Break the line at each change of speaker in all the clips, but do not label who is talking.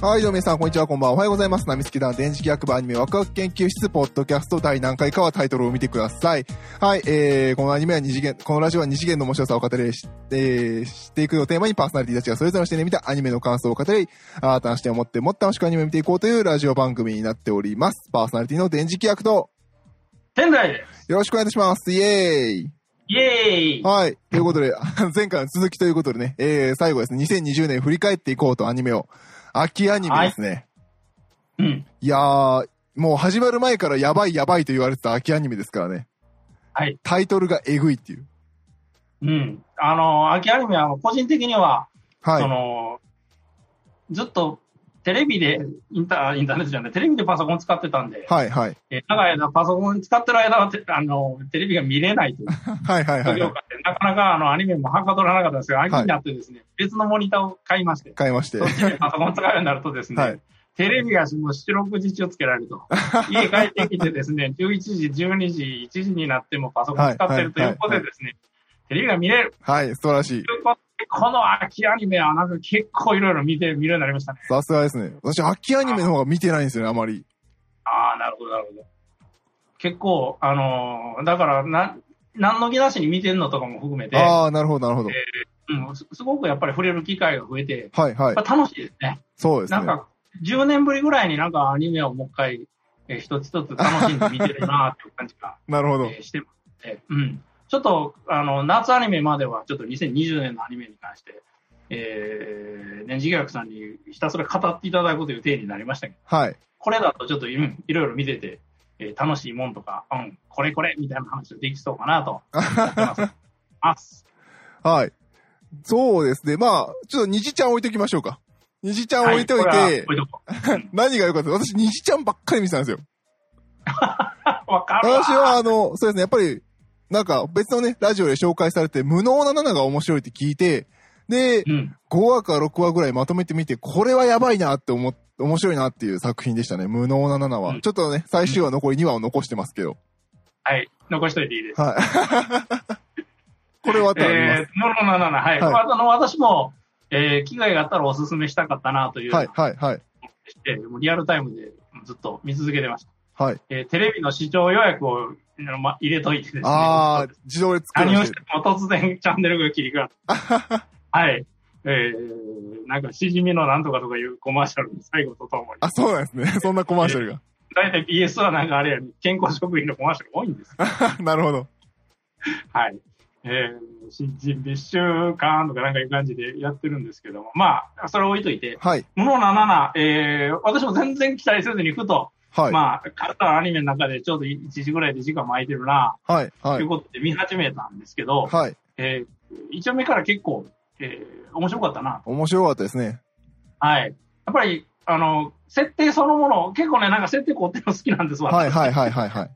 はい、どうも皆さん、こんにちは、こんばんは。おはようございます。ナミスケ団電磁気役部アニメワクワク研究室、ポッドキャスト第何回かはタイトルを見てください。はい、えー、このアニメは二次元、このラジオは二次元の面白さを語り、しえーしていくをテーマにパーソナリティたちがそれぞれの視点で見たアニメの感想を語り、新たな視点を持ってもっと楽しくアニメを見ていこうというラジオ番組になっております。パーソナリティの電磁気役と、
仙台です。
よろしくお願いいたします。イエーイ
イエーイ
はい。ということで、前回の続きということでね、えー、最後ですね、2020年振り返っていこうとアニメを。秋アニメですね。
うん。
いやー、もう始まる前からやばいやばいと言われてた秋アニメですからね。
はい。
タイトルがえぐいっていう。
うん。あの、秋アニメは個人的には、そ
は
の、ずっとテレビで、インター、インターネットじゃない、テレビでパソコン使ってたんで
い。、はいはい。
えー長い間パソコン使ってる間は テ、あの、テレビが見れないという
はいはい
状
はい、
況
はい。
下で、なかなかあの、アニメもはかどらなかったんですが、秋
はい
になってですね、別のモニターを買いまして、
買いまして
そ。っちでパソコン使うようになるとですね、
はい
テレビがもう四六時中つけられる と。家帰ってきてですね、11時、12時、1時になってもパソコン使ってるということでですね、テレビが見れる
はい、素晴らしい
と。いうことで、この秋アニメはなんか結構いろいろ見て、見るようになりましたね。
さすがですね。私、秋アニメの方が見てないんですよね、あまり。
ああ、なるほど、なるほど。結構、あのーだから、な、何の気なしに見てるのとかも含めて、
あー、なるほどなるほど。
うん、すすごくやっぱり触れる機会が増えて、
はいはい
やっ。ぱ楽しいですね。
そうですね
なん。か、10年ぶりぐらいになんかアニメをもう一回、えー一つ一つ楽しんで見てるなっていう感じが、
なるほど。
えーしてますので、うん。ちょっと、あの、夏アニメまでは、ちょっと2020年のアニメに関して、えー、電磁気学さんにひたすら語っていただくという体になりましたけど、
はい。
これだとちょっと、うん、いろいろ見てて、えー楽しいもんとか、うん、これこれみたいな話ができそうかなと、思ってますます。
はい。そうですね。まあ、ちょっと虹ちゃん置いときましょうか。虹ちゃん 置いといて、
はこれは置いとこううん
何が良かった私、虹ちゃんばっかり見てたんですよ。
わかるわ
私は、あの、そうですね、やっぱり、なんか別のね、ラジオで紹介されて、無能な7が面白いって聞いて、で、
うん。
5話か6話ぐらいまとめてみて、これはやばいなって思っ面白いなっていう作品でしたね。無能な7は。
うん
ちょっとね、最終話残り2話を残してますけど。
はい。残しといていいです。
はい。 これはとあります。
えー、ののなな、はい。
はい
あの、私も、えー、機会があったらおすすめしたかったなという、
はい、はい、はい。
して、もうリアルタイムでずっと見続けてました。
はい。
えー、テレビの視聴予約を、あのま、入れといてですね。
あー、自動で作り
何
ま
を
し
して
てる。
も突然チャンネルが切り替わる。 はい。えー、なんか、しじみのなんとかとかいうコマーシャルの最後とともに。
あ、そうなんですね。 そんなコマーシャルが。
大体 BS はなんかあれやね、健康食品のコマーシャルが多い んですよ
なるほど。
はい。えー、新人で1週間とかなんかいう感じでやってるんですけども、まあ、それ置いといて、
はい、
無能な7、えー、私も全然期待せずにふと、
はい、
まあ、カタアニメの中でちょうど1時ぐらいで時間巻いてるな、
はい、
と
はいい、
うことで見始めたんですけど、
はい。
えー、1話目から結構、えー、面白かったな。
面白かったですね。
はい。やっぱり、あの、設定そのもの、結構ね、なんか設定こってるの好きなんですわ。
はい、はい、はい、はい、はい。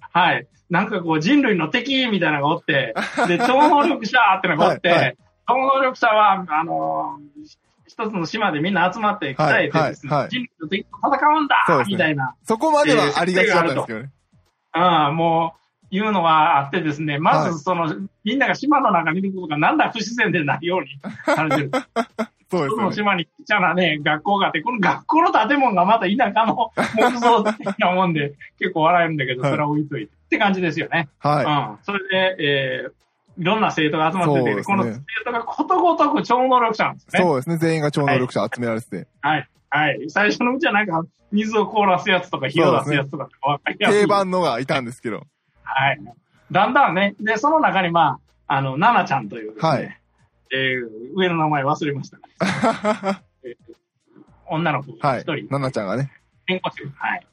はい。なんかこう人類の敵みたいなの がおって、で、超能力者ってのがおって、
はいは
超能力者は、あのーひ一つの島でみんな集まって鍛えてですね、
はいはいはい
人類の敵と戦うんだ、
そうですね
みたいな、
そこまではありがちだったんですけどね。
うん、もう、いうのがあってですね、ま
は
ずその、みんなが島の中にいることがなんだ不自然でないようにされてる。
そうです
一つ
よ
の
ね。
島にちっちゃ なね、学校があって、この学校の建物がまた田舎の木造的なもんで、 結構笑えるんだけど、
はい
それは置いといて。って感じですよね。
は
うん、それで、えーいろんな生徒が集まって
そう
て、
ですね
この生徒がことごとく超能力者なんです
い。
ね。
そうですね。全員が超能力者集められてて。
はい。はい。最初のうちはなんか、水を凍らすやつとか、火を出すやつとか、分かりやすい。
定番のがいたんですけど。
はい。だんだんね、で、その中にまあ、あの、ナナちゃんというですね、
はい
えー上の名前忘れましたが、
は
女の子が一
い
人、。
ナナちゃんがね。
弁護士。はい。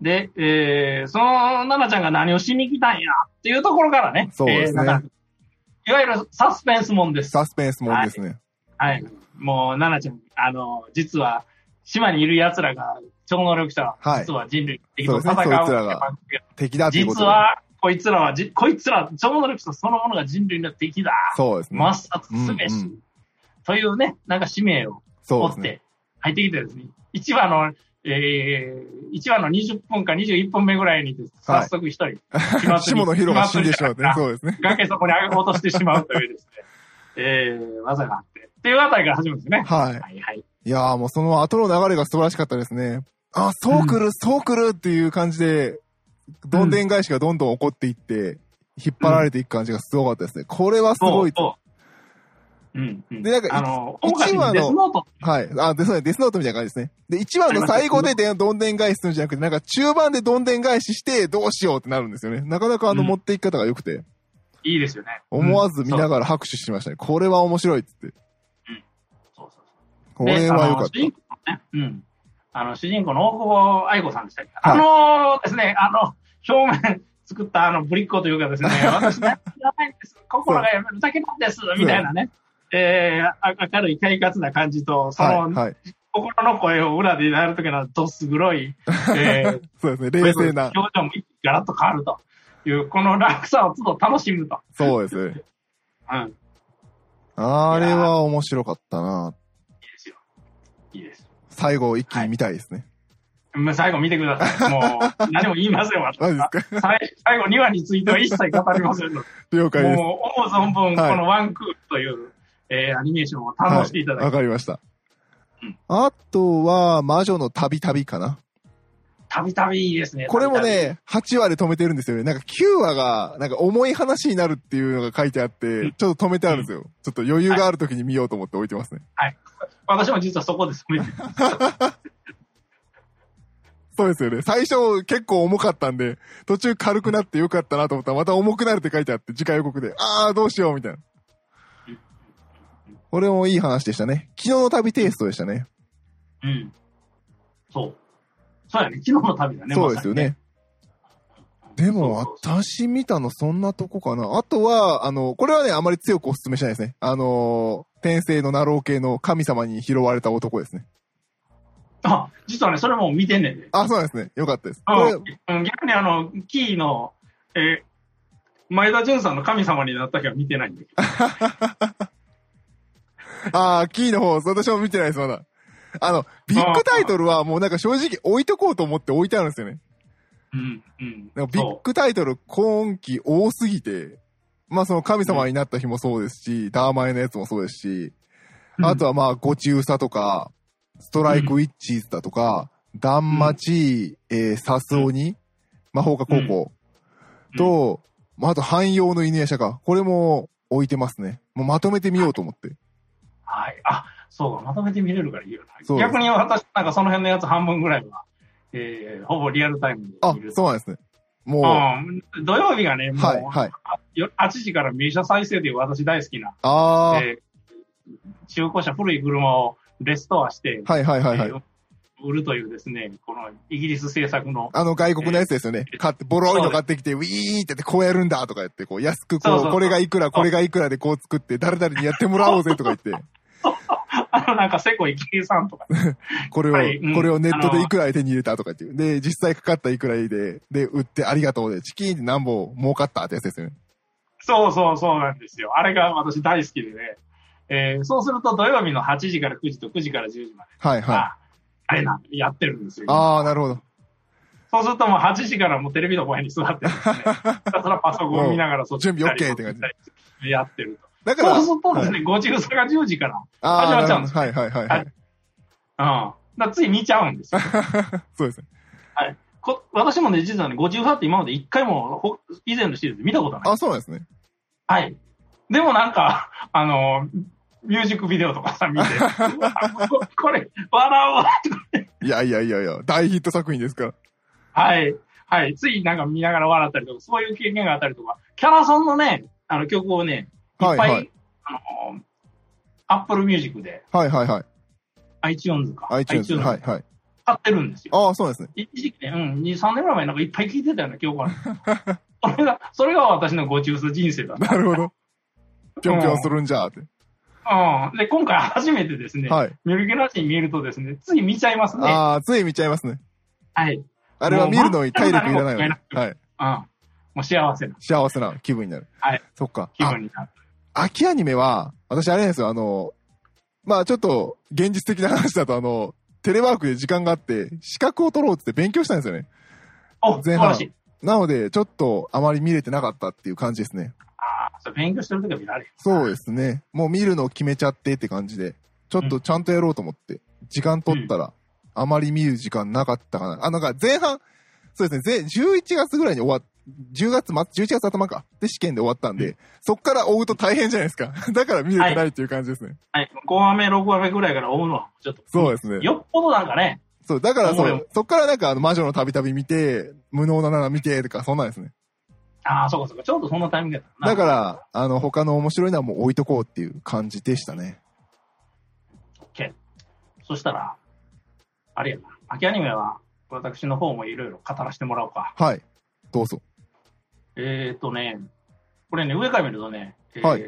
で、えー、そのナナちゃんが何をしに来たんやっていうところからね、
そうですね
えーなんかいわゆるサスペンスもんです。
サスペンスもんですね。
はい。もう、奈々ちゃん、あの、実は、島にいる奴らが、超能力者、
はい
実は人類的と
そ
戦
うで
う
すねそいつらが敵だっていうこと
実
で。
は、こいつらはじ、こいつら、超能力者そのものが人類の敵だ。
そうですね。
抹殺すべし、
うんう
というね、なんか使命を
そ
追
うで
っ
すね。
て、入ってきてですね、1話の、えー、1話の20分か21分目ぐらいにです、
はい
早速一人、
下野博が死んでしまう
っ
って
て
ね。そうですね。
崖底に上 げ落としてしまうというですね、えー、技があって。っていうあたりから始まるんですね。
はい。
はいはい。
いやーもうその後の流れが素晴らしかったですね。あ、そう来る、そう来るっていう感じで、どんでん返しがどんどん起こっていって、引っ張られていく感じがすごかったですね。これはすごい。
そう。うん、うん。
でなんか
あの、
一
今回のデスノート、
はい。あ、で、そうねデスノートみたいな感じですね。で、1話の最後ででどんでん返しするんじゃなくて、なんか中盤でどんでん返しして、どうしようってなるんですよね。なかなかあの
うん
持っていき方が良くて、
いいですよね。
思わず見な
ら。
がら拍手しましたね。これは面白いっつって。
そうそうそう
これは良か
であの
っ
主人公のね、うん。あの、主人公の大久保愛子さんでしたっけ、
はい
あのーですね、あの、表面作ったあの、ぶりっ子というかですね、 私何も知らないんです。心がやめるだけなんです、みたいなね。えー、あ明るい、快活な感じと、そ
た。
の、
はい。はい。
心の声を裏でやるときのどす 黒い、えー、
そうですね。冷静な
表。情も一気にガラッと変わるという、この落差を都度楽しむと。
そうですね。
うん。いい
あれは面白かったな
ですよ。いいです。
最後一気に見たいですね。
もう最後見てください。も う、何も言いません、私は
マジですか
最最後2話については一切語りませんの で、
了解です。
もう思う存分、
はい
このワンクールという、えーアニメーションを堪能していただ
わ
き、
かりました
うん。
あとは、魔女の旅旅かな。
たびたびいいですね。
これも
たびたび、
ね、8話で止めてるんですよね。なんか9話が、なんか重い話になるっていうのが書いてあって、
ん
ちょっと止めてあるんですよ。ちょっと余裕がある時に見ようと思って置いてますね。
私も実はそこです。
そうですよね。最初結構重かったんで、途中軽くなってよかったなと思ったら、また重くなるって書いてあって、次回予告で、あーどうしようみたいな
うん。
これもいい話でしたね。昨日の旅テイストでしたね。
うん。そう。そうやね。昨日の旅だね。
そうですよね。でも
そうそうそ
私見たのそんなとこかな。あとは、あの、これはね、あまり強くお勧めしないですね。あのー、天性のナロー系の神様に拾われた男ですね。
あ、実はね、それも見てんねんで。
あ、そうなんですね。よかったです。これ、
うんうん、逆にあの、キーの、えー前田純さんの神様になったけど見てないんで。
あーキーの方、私も見てないです、まだ。あの、ビッグタイトルはもうなんか正直置いとこうと思って置いてあるんですよね。
うん、うん。
なんかビッ
そ
グタイトル今期多すぎて、まあその神様になった日もそうですし、ダーマエのやつもそうですし、
う
あとはまあ、ゴチウサとか、ストライクウィッチーズだとか、ダンマチー、えーサスオニ、魔法科高校
うん
と、まああと汎用の犬や社か。これも置いてますね。もうまとめてみようと思って。
はい。あ、そうかまとめて見れるからいいよ
そう
な。
です
逆に私なんかその辺のやつ半分ぐらいは、えー、ほぼリアルタイムで
あ
見、る。
そうなんですね。もう、
うん。土曜日がね、もう、
はい、はい。
よ8時から名車再生という私大好きな、
あー、
えー中古車古い車をレストアして、
はいはいはいはい
え。ー売るというですね、このイギリス政策の、
あの外国のやつですよね。買って、ボロいの買ってきて、ウィーってやってこうやるんだとか言って、こう安く
そう
こ、
そうそうう
これがいくら、これがいくらでこう作って、誰々にやってもらおうぜとか言って、
あのなんかセコイキリさんとか、
これを、
はいうん
これをネットでいくらで手に入れたとか言って、で、実際かかったいくらで、で、売ってありがとうで、チキンって何本儲かったってやつですよね。
そうそうそうなんですよ。あれが私大好きでね、えーそうすると土曜日の8時から9時と9時から10時まで
はいはい。
が、あれな、やってるんですよ。
ああ、なるほど。
そうするともう8時からもうテレビの前に座っ てですね、ひたすらパソコン見ながらそっち
準備 OK
行
ったて
り
感じ
やってる
だ
と。
から、
そうするとです
はい
ね、5時差が10時から。うん。始
あ
ま
あ、
っちゃうんです
はいはいはいは
はいい。だからつい見ちゃうんですよ。
そうですね。
こ私もね、実はね、5時差って今まで一回もほ以前のシリーズ見たことない。
あそうなんですね。
はい。でもなんか、あの、ミュージックビデオとかさ、見 て、うわここれ、笑うわとか
いやいやいやいや、大ヒット作品ですから。
はい。はい。ついなんか見ながら笑ったりとか、そういう経験があったりとか、キャラソンのね、あの曲をね、いっぱい、
はいはい
あの、Apple Music で、
はいはいはい。
iTunes か。
iTunes。
で
はいはい。
買ってるんですよ。
ああ、そうなんですね。
一時期ね、うん、2、3年ぐらい前なんかいっぱい聴いてたような記憶がある。それが、 それが私のご中枢人生だ。
なるほど。ぴょんぴょんするんじゃーって。
うん。で、今回初めてですね、
はい。
ミルキーラジン見るとですね、つい見ちゃいますね。
ああ、つい見ちゃいますね。
はい。
あれは見るのに体力いらないよね。
も
はい。
うん。もう幸せな
幸せな気分になる。
はい。
そっか。
気分になる。
あ秋アニメは、私あれなんですよ、あの、まあちょっと、現実的な話だと、あの、テレワークで時間があって、資格を取ろうっつって勉強したんですよね。
お、素
前
晴
半
らしい。
なので、ちょっとあまり見れてなかったっていう感じですね。
ああ、それ勉強してるときは見られる。
そうですね。もう見るのを決めちゃってって感じで、ちょっとちゃんとやろうと思って時間取ったら、あまり見る時間なかったかな。あ、なんか前半、そうですね、ぜ11月ぐらいに終わっ、10月末、11月頭か。で、試験で終わったんで、そっから追うと大変じゃないですか。 だから見れてないっていう感じですね。
はい、5話目、6話目ぐらいから追うのは、ちょっと、
そうですね。
よっぽどなんかね、
そう、だからそ
思うよ
う、そっからなんかあの、魔女のたびたび見て、無能な7見て、とか、そんなんですね。
ああ、そうかそうか、ちょうどそんなタイミングやったな
だから、あの、他の面白いのはもう置いとこうっていう感じでしたね。
そしたら、あれやな、秋アニメは私の方もいろいろ語らせてもらおうか。
はい。どうぞ。
えっ、ー、とね、これね、上から見るとね、えー
はい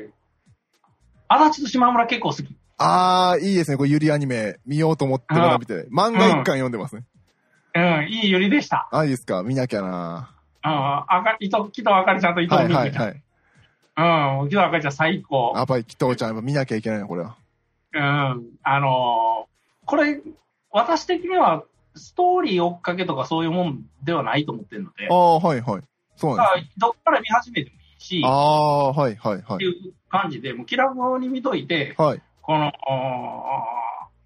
足立と島村結構好き。
あー、いいですね。これ、ゆりアニメ、見ようと思って並べて。漫画一巻読んでますね。
うん、いいゆりでした。
あ、いいですか。見なきゃな
うん、あか、伊藤、木戸あかりちゃんと伊藤
はい
美
はい
貴ちゃん。
はい。
うん、木戸あかりちゃん最高。
やっぱり、紀藤ちゃん、やっぱ見なきゃいけないな、これは。
うん、あのーこれ、私的には、ストーリー追っかけとかそういうもんではないと思ってるので
あ、ー、はいはい。そう
だ
なん
か
で
らどっから見始めてもいいし、
す。あー、はいはいは
って
い。
いう感じで、もう気楽に見といて、
はい。
この、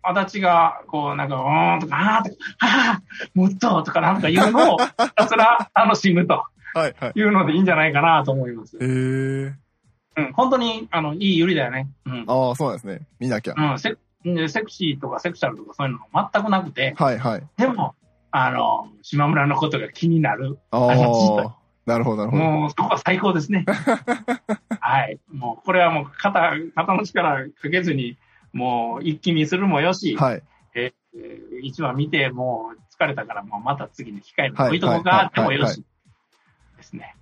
あだちが、こう、なんか、うーんとか、あーとか、あーもっととかなんか言うのを、ひたすら楽しむと
はいはい。
いうのでいいんじゃないかなと思います
え。ー。
うん、本当に、あの、いいゆりだよね。うん。
あー、そうなんですね。見なきゃ。
うん、セクセクシーとかセクシャルとかそういうのが全くなくて、
はいはい。
でも、あの、島村のことが気になる。
あ
あの実
ー。なるほど、なるほど。
もう、そこは最高で すね。はい。もう、これはもう、肩、肩の力かけずに、もう、一気見するもよし、
はい。
えー一話見て、もう、疲れたから、もう、また次の機会も
はい
置いとこうか、で
は
も
いはい
よ
はい
し。ですね。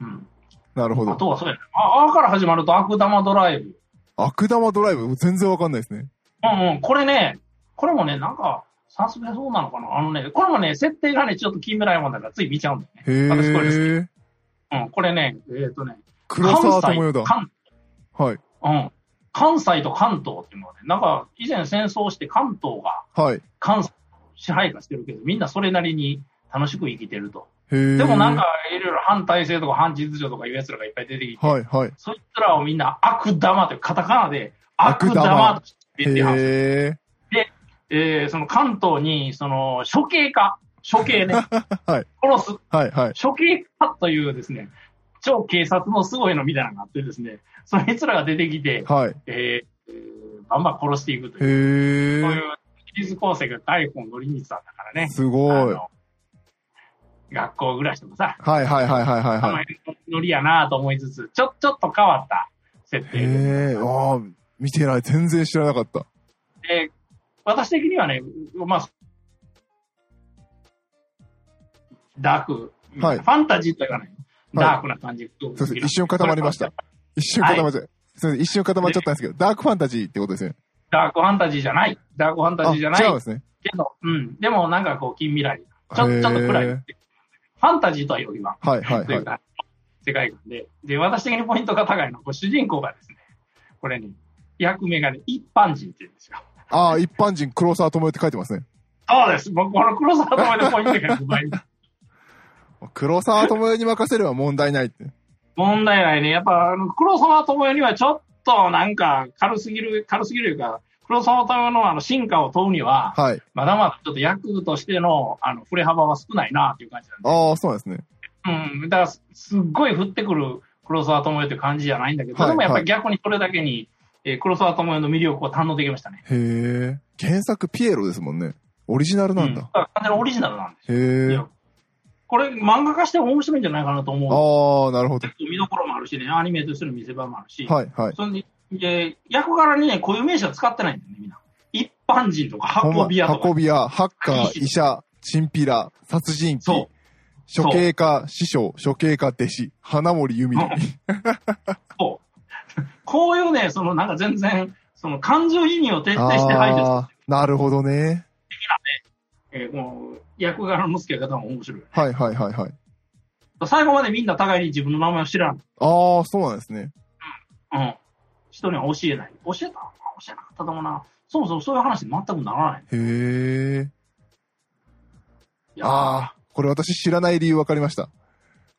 うん。
なるほ
あ
ど。
とは、そうやな。あ、あから始まると、悪玉ドライブ。
悪玉ドライブ、全然わかんないですね。
うんうん、これね、これもね、なんか、さすがそうなのかなあのね、これもね、設定がね、ちょっと近未来もんだから、つい見ちゃうんだよね。
へ
私これです
ー。
うん、これね、えっ、とね、
黒沢智代だ。
関
はい。
うん。関西と関東っていうのはね、なんか、以前戦争して関東が
はい。
関西支配化してるけど、みんなそれなりに楽しく生きてると。
へー。
でもなんか、いろいろ反体制とか反秩序とかいうやつらがいっぱい出てきて、
はいはい。
そいつらをみんな悪玉というカタカナで、
悪
悪
玉
玉として言っ てはん
へ
えーその関東に、その、処刑家、処刑ね、
はい
殺す、
ー。はいはい。
処刑家というですね、超警察のすごいのみたいなのがあってですね、そいつらが出てきて、
はい。
えーえーバンバン殺していくと
へ
いう、そうい
ー。
うシリーズ構成が大本のりにさんだからね。
すごい。
あ
はい
の学校暮らしとかさ、
はいはいはいはい
あの
はい。
辺のノリやなと思いつつ、ちょ、ちょっと変わった設定で
へー。あー、見てない。全然知らなかった。
で私的にはね、まあ、ダーク、
はい
ファンタジーとは言わない、
はい
ダークな感じ。
すいません。一瞬固まりました。一瞬固まっちゃ、すいません。一瞬固まっちゃったんですけど、ダークファンタジーってことですよね。
ダークファンタジーじゃない。ダークファンタ
あ、
ジー
違
じゃない
うんですね。
けど、うん。でもなんかこう、近未来。ち
へ
ょ
ー
ちょっと暗い。ファンタジーとはよりは、
はいはい
と
はい
いう。か、世界観で。で、私的にポイントが高いのは、こう主人公がですね、これに、役目がね、一般人って言うんですよ。
あー、一般人、黒沢智代って書いてますね。
そうです。僕、この黒沢とまでポイントが5倍。
黒沢智代に任せれば問題ないって。
問題ないね。やっぱ、あの黒沢智代にはちょっとなんか軽すぎる、軽すぎるというか、黒沢智代のあの進化を問うには、
はい。
まだまだちょっと役としてのあの振れ幅は少ないなっていう感じなんで
あー、そうなんですね。
うん、だからすすっごい降ってくる黒沢智代という感じじゃないんだけど、
はい
でもやっぱり逆にそれだけに、えー黒沢智代の魅力を堪能できましたね。
へー。原作ピエロですもんね。オリジナルなん
う
だ。
だから完全にオリジナルなんです
へ
よい
ー
や。これ漫画化しても面白いんじゃないかなと思う。
ああ、なるほど。
見どころもあるしね、アニメとしての見せ場もあるし、
はい、はい。
それで、で役柄にね、固有名詞は使ってないんだよね、みんな。一般人とか、
ほんま
運び屋とか。
運び屋、ハッカー、
いい
医者、チンピラ、殺人鬼
そ、
処刑家、師匠、処刑家、弟子、花森 由美 里。
う。そうこういうね、そのなんか全然、その感情移入を徹底して排除す
ああ、なるほどね。
る、えーもう役柄の付け方も面白い。
はい、はい、はい、はい。
最後までみんな互いに自分の名前を知らん。
ああ、そうなんですね。
うん。人には教えない。教えた教えなかったともな。そもそもそういう話に全くならない。
へえ。
いや
ああ、これ私知らない理由わかりました。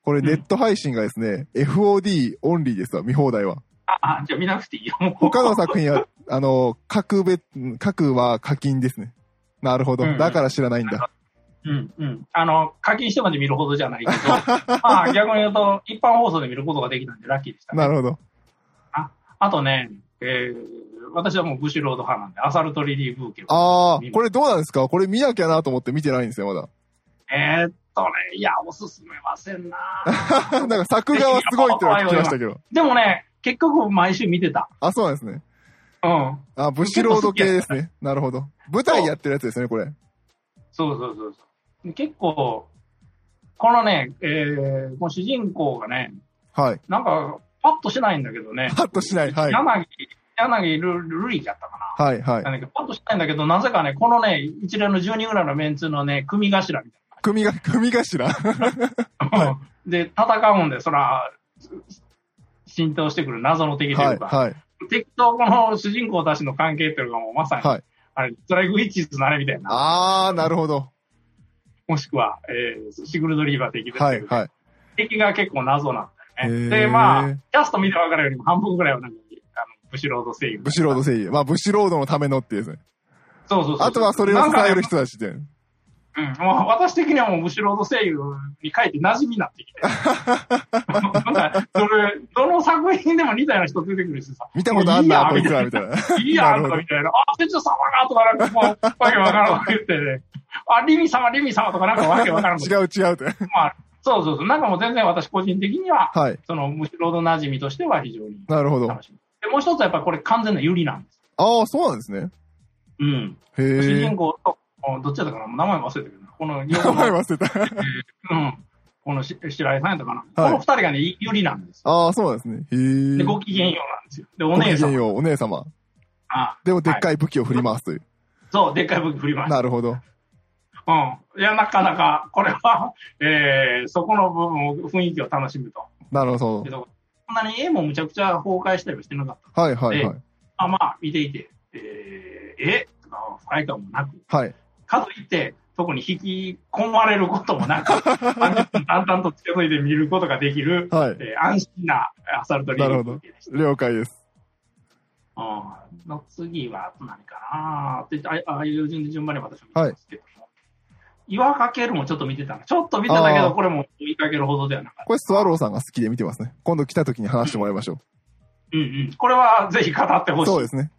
これ
うん
ネット配信がですね、FOD オンリーですわ、見放題は。
ああ、じゃあ見なくていいよ。もう
他の作品はあの、各別、各は課金ですね。なるほど。
うんうん
だから知らないんだ。
うんうん。あの、課金してまで見るほどじゃな いけど、まあ逆に言うと、一般放送で見ることができたんでラッキーでした、ね。
なるほど。
あとね、えー、私はもうブシュロード派なんで、アサルトリリーブーケを
ああ、これどうなんですかこれ見なきゃなと思って見てないんですよ、まだ。
えーっとね、いや、おすすめませんな
なんか作画はすごいってのは聞きましたけ ど。
でもね、結局毎週見てた。
あ、そうなんですね。
うん。
あ、ブシロード系ですね。なるほど。舞台やってるやつですね、これ。
そうそうそうそう。結構、このね、えー、この主人公がね、
はい。
なんか、パッとしないんだけどね、
パッとしない。はい。
柳、柳ルルリーだったか
はい、はい
な。。なんだっけパッとしないんだけど、なぜかね、このね、一連の10人ぐらいのメンツのね、組頭みたい
組が、組頭
な。
は
で、戦うんで、そら、浸透してくる謎の敵と
はいい、
うか、
はい。
敵とこの主人公たちの関係っていうのがもうまさに、
はい
あれ、ストライクウィッチーズのあれみたいな、
あー、なるほど。
もしくは、えーシグルドリーバー的ですけど、
はい、はい。
敵が結構謎なんだよ
へー
ね。で、まあ、キャスト見てわかるよりも半分ぐらいはなんか、あの、ブシロード声優。
ブシロード正義。まあ、ブシロードのためのっていうですね。
そうそうそう。
あとはそれを支える人
人。
たちで。
うん。もう私的にはもうブシロード声優に書いて馴染みになってきて。なんか、それ、どの作品でも似たような人出てくるしさ。
見たことあんな、
も
こ
う
いつ
や
ら、みたいな。
いいや、
な
あ
る
ん
ほど
たみたいな。あ、船長様がとか、なんか、もう、わけわからんわ言って ね。あ、リミ様、リミ様とか、なんかわけわからんこと
違う、違うって。
まあ、そうそうそう。なんかもう全然私個人的には、
はい。
その、むしろの馴染みとしては非常に
なるほど。あ
楽しみ。で、もう一つはやっぱりこれ完全なユリなんです。
あ、そうなんですね。
うん。主
へ
人
え。
公と、おどっちだったかな名前忘れたけどな、この、
名前忘れた。
うん。このし白井さんやったかな。
はい
この二人がね、ユリなんですよ。
ああ、そうなんですね。へ
で、
え。
ご機嫌ようなんですよ。で、
ご
お姉
き
さ
げ
ん。
よう、お姉様。
あ
でも、でっかい武器を振り回すという。
そう、でっかい武器振りました
なるほど。
うん。いや、なかなか、これは、 えー、そこの部分を、雰囲気を楽しむと。
なるほ
けど、そんなに絵もむちゃくちゃ崩壊したりはしてなかっ
ど。
た。
はい、はい、はい。
あまあ、見ていて、えー、えとか、不快感もなく、
はい。
かといって、特に引き込まれることも なく、淡々と近づいて見ることができる、
はい。
えー、安心なアサルトリーグ風景でした。
了解です。
うんの次は、何かなって言ってあああいう順で順番に私は見てますけども。岩かけるもちょっと見てたな。ちょっと見てたけ
あー
ど、これも追いかけるほどではなかった。
これ、スワローさんが好きで見てますね。今度来た時に話してもらいましょ
うんうん。これはぜひ語ってほ
う。
しい。
そうですね。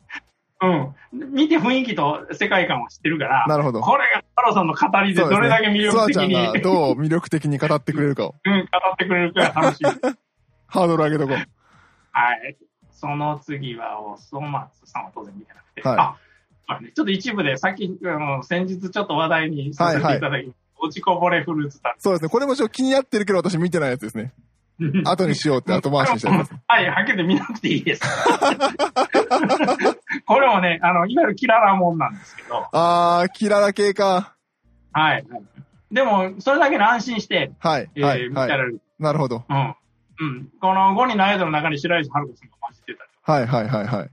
うん。見て雰囲気と世界観を知ってるから、
なるほど。
これが太郎さんの語りで
そうですね
どれだけ魅
ス
力
ワ
的
ちゃん
に、
がどう魅力的に語ってくれるかを、
うん、語ってくれるから楽しみ。
ハードル上げとこう。
はい。その次は、おそ松さんは当然見てなくて。
はい
あ、まあね、ちょっと一部で、さっき、あの、先日ちょっと話題にさせていただき、落ちこぼれフルーツタ
そうですね。これもちょっと気になってるけど、私見てないやつですね。
ルト。
後にしようって後回しにしたやつです。
はい、はっきり言って見なくていいです。 これもね、あの、いわゆるキララもんなんですけど、はい
あー、キララ系か。
はい。でも、それだけで安心して、
はい、
えー
はい、
見てら
はい。
れる。
なるほど。
うん。うん。この5人のアイドルの中に白石春子さんが混じってたり
はい、はい、はい、はい。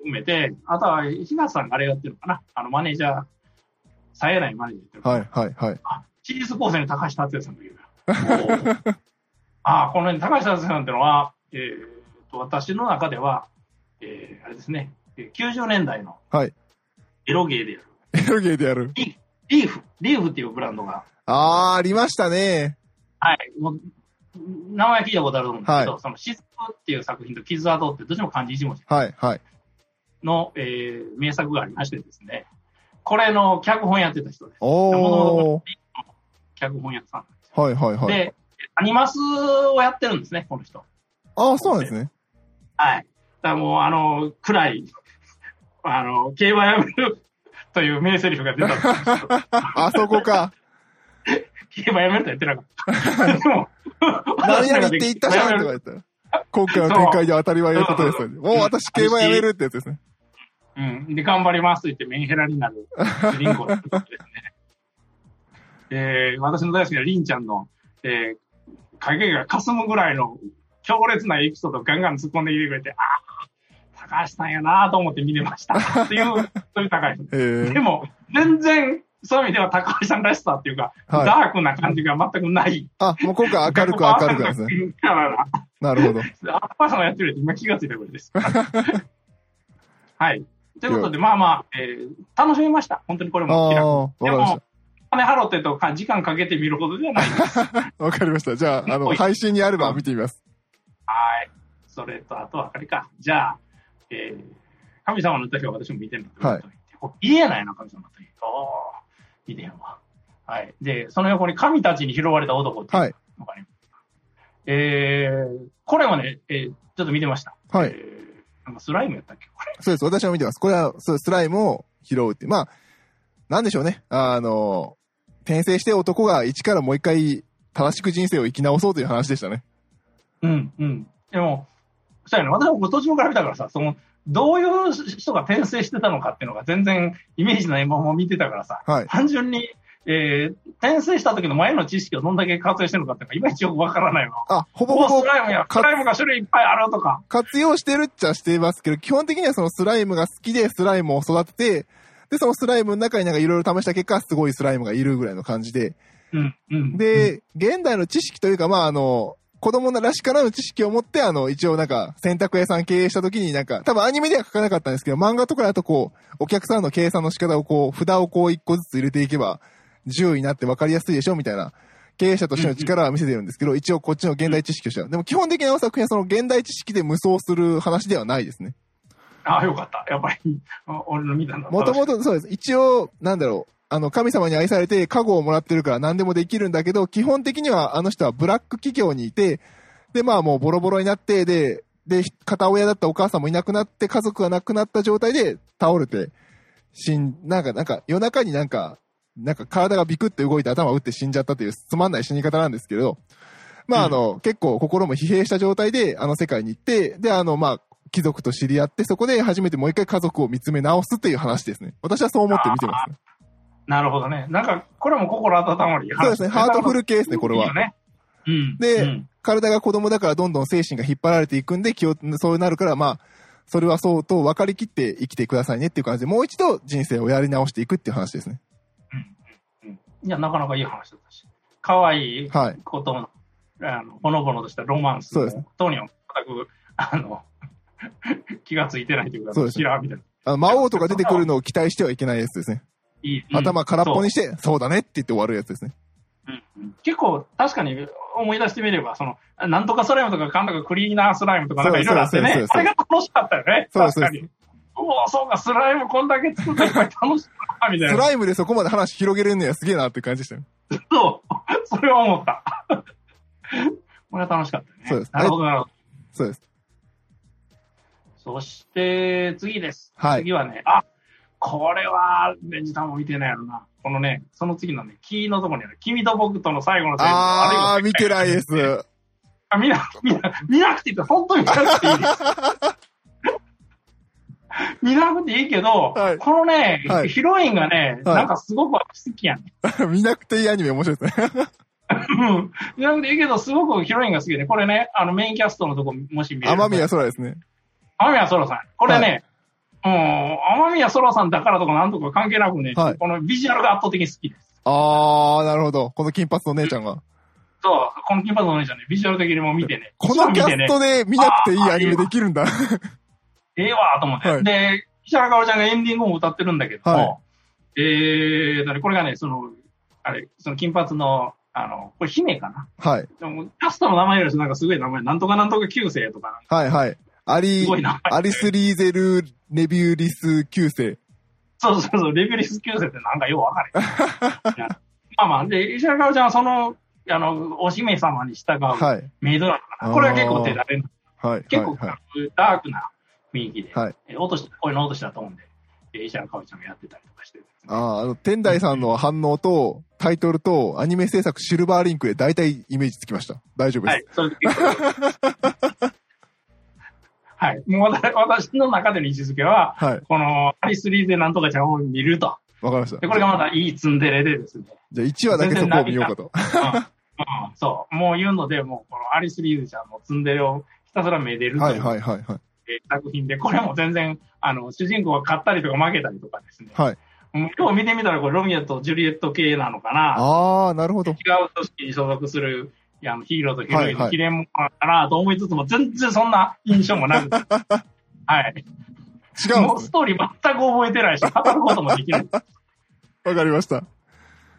含めて、あとは、ひなさんがあれやってるのかなあの、マネージャー、さえないマネージャーやってるのかな
はい、はい、はい。
あ、シリーズ構成に高橋達也さんという。 ああ、この辺、高橋達也さんってのは、えーっと、私の中では、えー、あれですね、えー90年代の
はい。
エロゲーでやる。
エロゲーでやる。
リーフ、リーフっていうブランドが、
あー、ありましたね。
はい、もう、名前聞いたことあると思うんですけど、
は
そのシスコっていう作品とキズアドってどっちも漢字一文字
はい、はい。
の、えー名作がありましてですね、これの脚本やってた人です。
おー。
脚本やってたんです。
はい、はい、はい。
で、アニマスをやってるんですね、この人。
あー、そうなんですね。
はい。だからもう、あの、暗い、あの、競馬やめるという名セリフが出た んですけど
あそこ か。
競馬やめるとやってなかった。でも、
何々って言ったじゃんとか言 ったら。今回の展開で当たり前のことですよね。もう私競馬やめるってやつですね。
うん。で、頑張りますと言ってメンヘラになる主人公だったんで すね。えー、私の大好きなリンちゃんの、えー影が霞むぐらいの強烈なエピソードをガンガン突っ込んできてくれて、ああ、高橋さんやなと思って見れました。っていう、そういう高橋さん。
えー
でも、全然、そういう意味では高橋さんらしさっていうか、
はい
ダークな感じが全くない。
あ、もう今回明るく明るくなんですね。
ね。だから、
なるほど。
高橋さんがやってるって今気がついたことです。はい。ということで、まあまあ、えー楽しみました。本当にこれ
あ
も。
あ、わか
で
りまし
も、金払ってとか、時間かけて見るほどではない。
た。わかりました。じゃあ、あの、
はい
配信にあれば見てみます。
はい。それと、あとはあれか。じゃあ、えー神様の歌姫は私も見てんだと言って、お言えないな、神様と言って。おー見てへんわ。はい。で、その横に神たちに拾われた男っていう
はい。
のがあります。えーこれはね、えーちょっと見てました。
はい。
えーなんかスライムやったっけこれ。
そうです。私も見てます。これは、そう、スライムを拾うっていう。まあ、なんでしょうね。あの、転生して男が一からもう一回正しく人生を生き直そうという話でしたね。
うん、うん。でも、そうやね。私も途中から見たからさ、その、どういう人が転生してたのかっていうのが全然イメージないまま見てたからさ、
はい。
単純に、えー、転生した時の前の知識をどんだけ活用してるのかっていうのがいまいちよくわからないわ。
あ、ほぼ
お
ほ
ー
ぼ
スライムや、ス
か
ライムが種類いっぱいあるとか。
活用してるっちゃしてますけど、基本的にはそのスライムが好きでスライムを育てて、で、そのスライムの中になんかいろいろ試した結果、すごいスライムがいるぐらいの感じで。
うん、うん。、
で、現代の知識というか、まあ、あの、子供らしからの知識を持って、あの、一応なんか、洗濯屋さん経営した時になんか、多分アニメでは書かなかったんですけど、漫画とかだとこう、お客さんの計算の仕方をこう、札をこう一個ずつ入れていけば、10になって分かりやすいでしょみたいな、経営者としての力は見せてるんですけど、一応こっちの現代知識をしてる。でも基本的な作品はその現代知識で無双する話ではないですね。
ああ、よかった。やっぱり、あ俺の見たのは
もと
正しい
もとそうです。一応、なんだろう。あの、神様に愛されて、加護をもらってるから何でもできるんだけど、基本的にはあの人はブラック企業にいて、で、まあもうボロボロになって、で、で、片親だったお母さんもいなくなって、家族が亡くなった状態で倒れて、死ん、なんか、なんか、夜中になんか、なんか体がビクッて動いて頭を打って死んじゃったというつまんない死に方なんですけれど、まああの、結構心も疲弊した状態であの世界に行って、であのまあ貴族と知り合って、そこで初めてもう一回家族を見つめ直すっていう話ですね。私はそう思って見てますね。
なるほどね。なんか、これも心温まり。
そうですね、ハートフルケースね、これ
いいよ
は。
ね。うん。
で
うん
体が子供だからどんどん精神が引っ張られていくんで、気を、そうなるから、まあ、それはそうと分かりきって生きてくださいねっていう感じで、もう一度人生をやり直していくっていう話ですね。
うんいや、なかなかいい話だったし。可愛い
はい。
ことも、あの、ほのぼのとしたロマンス
そうです
も、当人は全く、あの、 気がついてないというか、
そうですね
知らんみたいな。
あの魔王とか出てくるのを期待してはいけないやつですね。
いいうん
頭空っぽにして、そうだねって言って終わるやつですね。
うんうん結構、確かに思い出してみれば、その、なんとかスライムとか、かんとかクリーナースライムとか、なんかいろいろあって
そうで
ね
す、
あ
そう
れ
で
が楽しかったよね。
そうです
確かに。おお、そうか、スライムこんだけ作っていっぱい楽しかったみたい
ス
な。
ライムでそこまで話広げれるのはすげえなって感じでしたよ。
そう、それは思った。これは楽しかったね。
そうです
なるほど、なるほど。
そうです。
そして、次です。
はい
次はね、あ、これは、レンジさんも見てないやろな。このね、その次のね、キーのとこにある、君と僕との最後の最後。
あ
あ
ー、見てないです。
あ、見な、見な、見なくていいって、本当に見なくていいです。 見なくていいけど、
はい
このね、
はい
ヒロインがね、
はい
なんかすごく私好きやね。
見なくていいアニメ面白いですね。
うん見なくていいけど、すごくヒロインが好きで、これね、あのメインキャストのとこ、もし見れる。
天宮。空ですね。
天宮空さん。これね、うん、天宮空さんだからとかなんとか関係なくね、
はい
このビジュアルが圧倒的に好きです。
あー、なるほど。この金髪の姉ちゃんが。
そう、この金髪の姉ちゃんね、ビジュアル的にも見てね、
このキ
一
ャ
番見てね
ストで見なくていいアニメできるんだ。
ええわと思って。
はい
で、石原かおりちゃんがエンディングを歌ってるんだけども、
は
えーだからこれがね、その、あれ、その金髪の、あの、これ姫かな。
はい。
でも、キャストの名前よりなんかすごい名前、なんとかなんとか旧世とか、
はいはい。ア
す
リ、
ごい名前。
アリス・リーゼル・ネビュリス9世。
そうそうそう、レベリス旧世ってなんかよう わかれへんいやまあまあ、で、石原かおりちゃんはその、あの、お姫様に従う
はい。
メイドなのかな。これは結構手だれな
はい。
結構、
はい。
ダークな雰囲気で、
はい
え落とした、こういうの落としたと思うんで、えー石原かおりちゃんがやってたりとかして、
あーあの、天台さんの反応と、タイトルと、アニメ制作シルバーリンクで大体イメージつきました。大丈夫です。
はい、それで結構 はい、もう私私の中での位置づけは、
はい。
このアリス・リーゼなんとかちゃんを見ると。
わかりました
で、。これがまたいいツンデレでですね。
じゃあ1話だけそこを見ようかと。
うんうんそう、もう言うので、もうこのアリス・リーゼちゃんのツンデレをひたすらめでると、
はいいうはいはいはい。
えー作品で、これも全然、あの、主人公が勝ったりとか負けたりとかですね。
はい。
もう今日見てみたら、これロミオとジュリエット系なのかな。
ああ、なるほど。
違う組織に所属するいやあのヒーローとヒロイン
はいは
の
い
記念ものかなと思いつつも、全然そんな印象もなくて。はい。
違うん
も
で
う
す
ス
ね
トーリー全く覚えてないし、語ることもできない。
わかりました。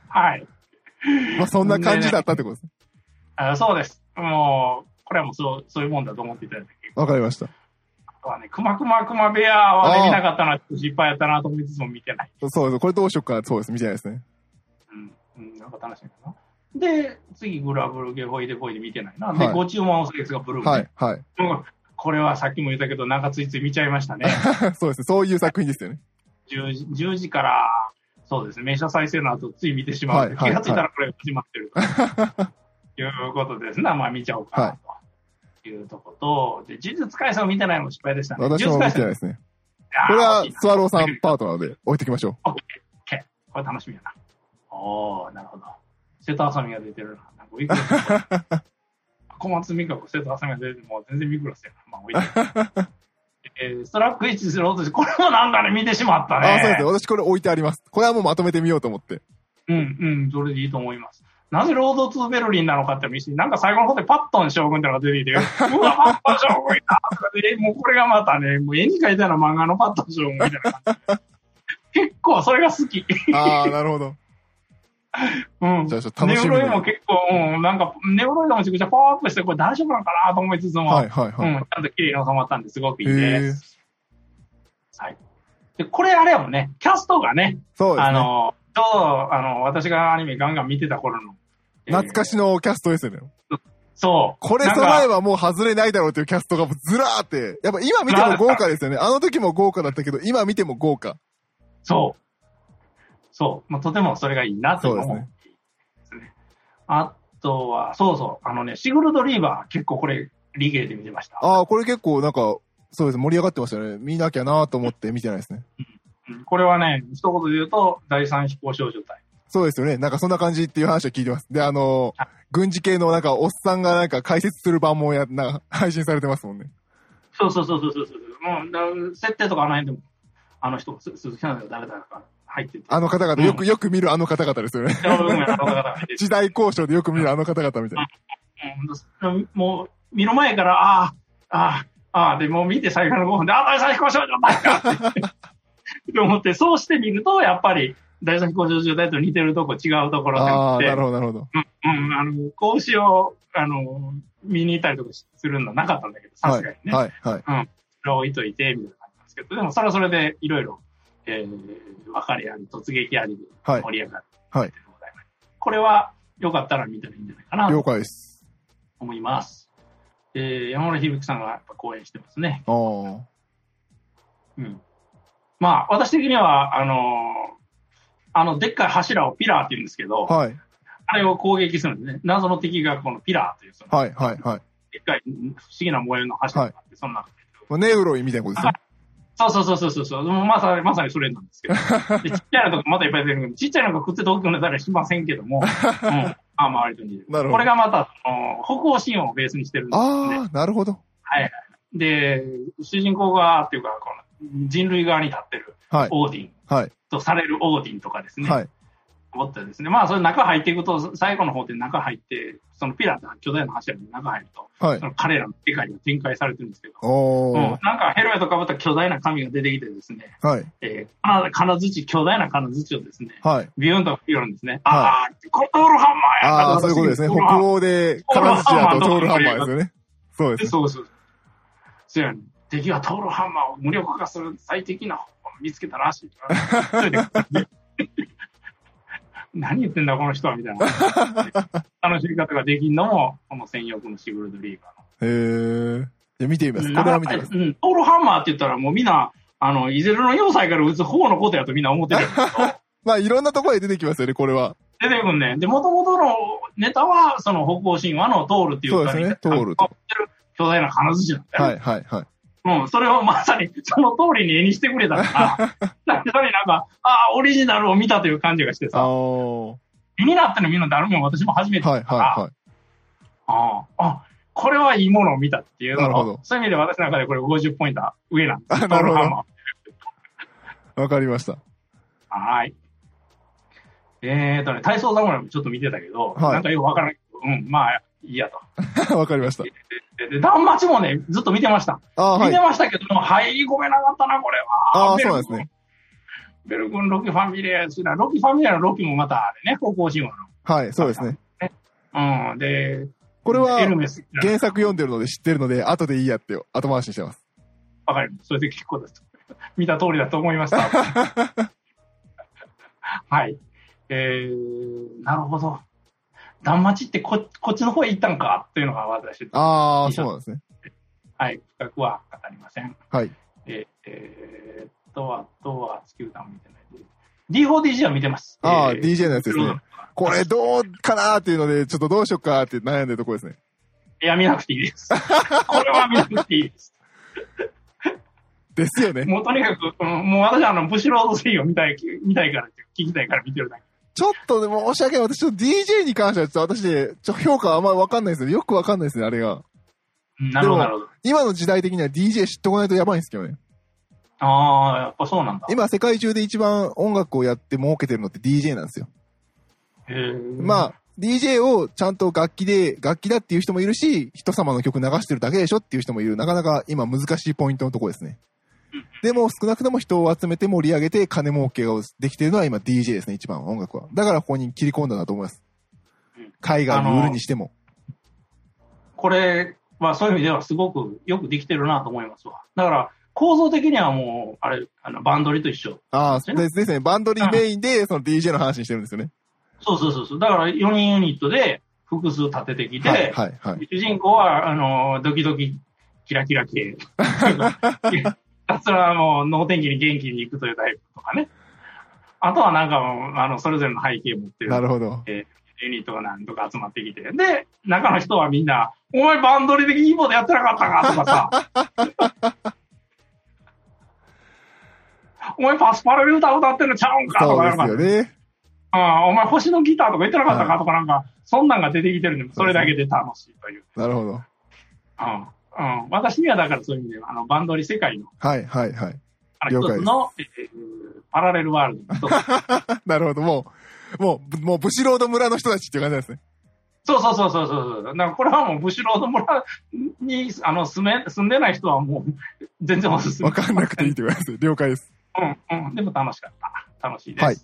はい。
まあ、そんな感じだったってことですね。
あそうです。もう、これはもうそうそういうもんだと思っていただいて。
わかりました。
あとはね、くまくまくま部屋はね見なかったのはちょっと失敗やったなと思いつつも見てない。
そうです。これどうしようか、そうです。見てないですね。
うん、うん、なんか楽しみかな。で、次、グラブルゲホイデホイで見てないな。で、
はい
ご注文するやつがブルーム、
はい、はい。
うん これはさっきも言ったけど、なんかついつい見ちゃいましたね。
そうですね。そういう作品ですよね。
10時 ,10 時から、そうですね、名車再生の後、つい見てしまう、
はいはい
気がついたらこれ始まってる。 ということですな、まあ見ちゃおうかなと。いうとこと、で、呪術改正を見てないのも失敗でしたね。
私も見
呪術
て
廻
ないですね。
戦
これ
あー
は
惜しいな
スワローさんパートなので置いておきましょ
オッケー、オッケー。これ楽しみやな。おー、なるほど。瀬戸麻美が出てるな。なんかウィクロス。 小松美香子、瀬戸麻美が出てる。もう全然ミクロスやな。まあ、置いてるえー、ストラック106、これもなんかね、見てしまっ
う。
たね。
ああ、そうですね。私これ置いてあります。これはもうまとめてみようと思 って。
うん、うん、それでいいと思います。なぜロードツーベルリンなのかって見せて、なんか最後の方でパットン将軍ってのが出てき て、うわ、パットン将軍だとかで、えもうこれがまたね、もう絵に描いたような漫画のパットン将軍みたいな感じ。結構それが好き。
ああ、なるほど。
うん。
じゃあちょっと楽しみに
ネウロイも結構、うん、なんか、ネウロイドもめちゃくちゃパワーアップして、これ大丈夫なのかなと思いつつも、
はい、はい、
う
はい。
ん、ちゃんと綺麗に収まったんですごくいい
へ
で
え
す。。はい。で、これあれやもんね、キャストがね、
そうです
あ
ね。
の、ちょうど、あの、私がアニメガンガン見てた頃の。えー
懐かしのキャストですよね。
そう。
これ
なんか
備えはもう外れないだろうというキャストがずらーって。やっぱ今見ても豪華ですよね。あの時も豪華だったけど、今見ても豪華。
そう。そう。まあ、とてもそれがいいなと思う
そうです
ですね。あとは、そうそう。あのね、シグルドリーバー、結構これ、リゲーで見てました。
ああ、これ結構なんか、そうです。盛り上がってましたね。見なきゃなーと思って見てないですね。
うんこれはね、一言で言うと、第三飛行少女隊。
そうですよね。なんかそんな感じっていう話を聞いてます。で、あのー軍事系のなんかおっさんがなんか解説する版もや、な、配信されてますもんね。
そうそうそうそうそうそう。もうだ設定とかあの辺でも、あの人、す鈴木さんが誰だか入ってて。
あの方々、よく、よく見るあの方々ですよね。
うんあの方が入ってて
時代交渉でよく見るあの方々みたいな。
うんもう、見る前から、ああ、ああ、ああ、でもう見て最後の5分で、ああ、第三飛行少女だってって思って、そうしてみると、やっぱり、第三飛行少女隊と似てるとこ、違うところで
あ
あ
あ
っ
ー、なる
て、
ほど、なるほど。
うん、あの、講師を、あの、見に行ったりとかするのはなかったんだけど、さ
は
すがに
い、
ね。
はい、はい。
それを置いといて、みたいな感じなんですけど、でもそれはそれでいろいろ、えー、分かりあり、突撃ありで
はい
盛り上がる
はい
っていうのがございますこれは、よかったら見たらいいんじゃないかな
了
と
解です。
思います。えー、山村響さんがやっぱ講演してますね。
ああ。
うん。まあ、私的には、あのーあの、でっかい柱をピラーって言うんですけど、
はい、
あれを攻撃するんですね。謎の敵がこのピラーという、その、
はい、はい、はい。
でっかい不思議な模様の柱があって、その中で
まあネウロイみたいなことですね。
そうそうそうそうそうそう。もうまさに、まさにそれなん ですけど。でちっちゃいのとかまたいっぱい出てくる。ちっちゃいのがくっついて大きくなったりしませんけども。うん。 ああ、周りと似てる。
なるほど
これがまた、あの北欧神話をベースにしてるんですね。
ああ、なるほど。
で、主人公側っていうか、この人類側に立ってる
はい、
オーディン
はい、
とされるオーディンとかですね。
はい。
思ったですね。まあ、それ中入っていくと、最後の方で中入って、そのピラーって巨大な柱に中入ると、
はい
そ。の彼らの世界が展開されてるんですけど。
お
うん、
ー
なんかヘルメットかぶった巨大な神が出てきてですね、
はい、
えー金、金槌、巨大な金槌をですね、
はい。
ビューンと振るんですね。
は
ああー、コトールハンマーや
ああ、そういうことですね。
トールハ
北
ンマ
欧で、カラスチアとトールハンマーですよね。そうで
ー
すね。
そうそう。そうやね。敵はトールハンマーを無力化する最適な方法を見つけたらしい。それで何言ってんだこの人はみたいな。楽しみ方ができんのも、この専用区のシグルドリーバーの
へえ。じゃあ見てみます。これは見てみます。
うん、トールハンマーって言ったらもうみんな、あの、イゼルの要塞から撃つ方のことやとみんな思ってるんですけど。
まあ、いろんなところで出てきますよね、これは。
出てくんねん。で、もともとのネタは、その北欧神話のトールっていう
そうですねトールと
と。巨大な金槌なんだよ。
はい、はい、はい。
うん、それをまさにその通りに絵にしてくれ たから、なんかそれなんか、ああ、オリジナルを見たという感じがして
あ
さ、
ー
気になったのみんな誰も私も初めて
は
だ
い、
から、あ
は
ああ、これはいいものを見たっていうのが
なるほど
そういう意味で私の中でこれ50ポイント上なんです。
あなるほど
トールハンマ
い、
ー
はい。わかりました。
はい。えーとね、体操侍もちょっと見てたけど、
はい
なんかよくわからない。うん、まあ、いいやと。
わかりました。
で、で、断末もね、ずっと見てました。
あーは
見て
い。
ましたけども、入り込めなかったな、これは。
あー
ベル
そう
君
なんですね。
ベル君、ロキファミリアやしな、ロキファミリアのロキもまたあれね、高校新聞
はい、そうですね。
の。うん、で、
これは
エルメス。
原作読んでるので知ってるので、後でいいやって後回しにしてます。
わかります。それで結構です。 見た通りだと思い ました。はい。えー、なるほど。断末ってここっちの方へ行ったんかっていうのが私、
ああ、そうなんですね。
はい、深くは語りません。
はい。
ええーっと、あとは、地球団見てないで。D4DG は見てます。
ああ、
えー
DJ のやつですね。これどうかなーっていうので、ちょっとどうしようかーって悩んでるところですね。
いや、見なくていいです。 これは見なくていいです。
ですよね。
もうとにかく、うんもう私はあの、ブシロード水を見たい、見たいからって、聞きたいから見てるだけ。
ちょっとでも申し訳ない。私、ちょっと DJ に関しては、ちょっと私ね、ちょっと評価あんまりわかんないですね。よくわかんないですね、あれが。
うんなるほ
でも
ど、なるほど。
今の時代的には DJ 知ってこないとやばいんですけどね。
ああ、やっぱそうなんだ。
今、世界中で一番音楽をやって儲けてるのって DJ なんですよ。
へー
まあ、DJ をちゃんと楽器で、楽器だっていう人もいるし、人様の曲流してるだけでしょっていう人もいる。なかなか今難しいポイントのところですね。でも少なくとも人を集めて盛り上げて金儲けをできてるのは今 DJ ですね、一番音楽は。だからここに切り込んだなと思います
うん。
海外に売るにしても。
これ、まあそういう意味ではすごくよくできてるなと思いますわ。だから、構造的にはもう、あれ、あの、バンドリと一緒。
ああ、
え
ですですね。バンドリーメインでその DJ の話にしてるんですよね。
そうそうそうそう。だから、4人ユニットで複数立ててきて、
はい、はい、はい。
主人公は、あの、ドキドキ、キラキ ラ系。ひたすらもう、脳天気に元気に行くというタイプとかね。あとはなんかもう、あの、それぞれの背景持ってる
なるほど。
ユニットがなんとか集まってきて。で、中の人はみんな、お前バンドリでキーボードやってなかったかとか さ。お前パスパラル歌歌ってるのちゃうんかと
そう
か
で
なん
す
か、
よね。
ああお前星のギターとか言ってなかったかとかなんか、そんなんが出てきてるんで、それだけで楽しいという。
なるほど。
うんうん、私にはだからそういう意味で、あのバンドリ世界の
はい、はい、はい。
あの
了解
一つ
です
の、えーパラレルワールドの 一つ
なるほど。もう、もう、もう、ブシロード村の人たちっていう感じなんですね。
そうそうそうそうそうそう。だからこれはもうブシロード村にあの住め住んでない人はもう全然おすす め。
わかんなくていいってことです。了解です。
うんうん。でも楽しかった。楽しいです。
はい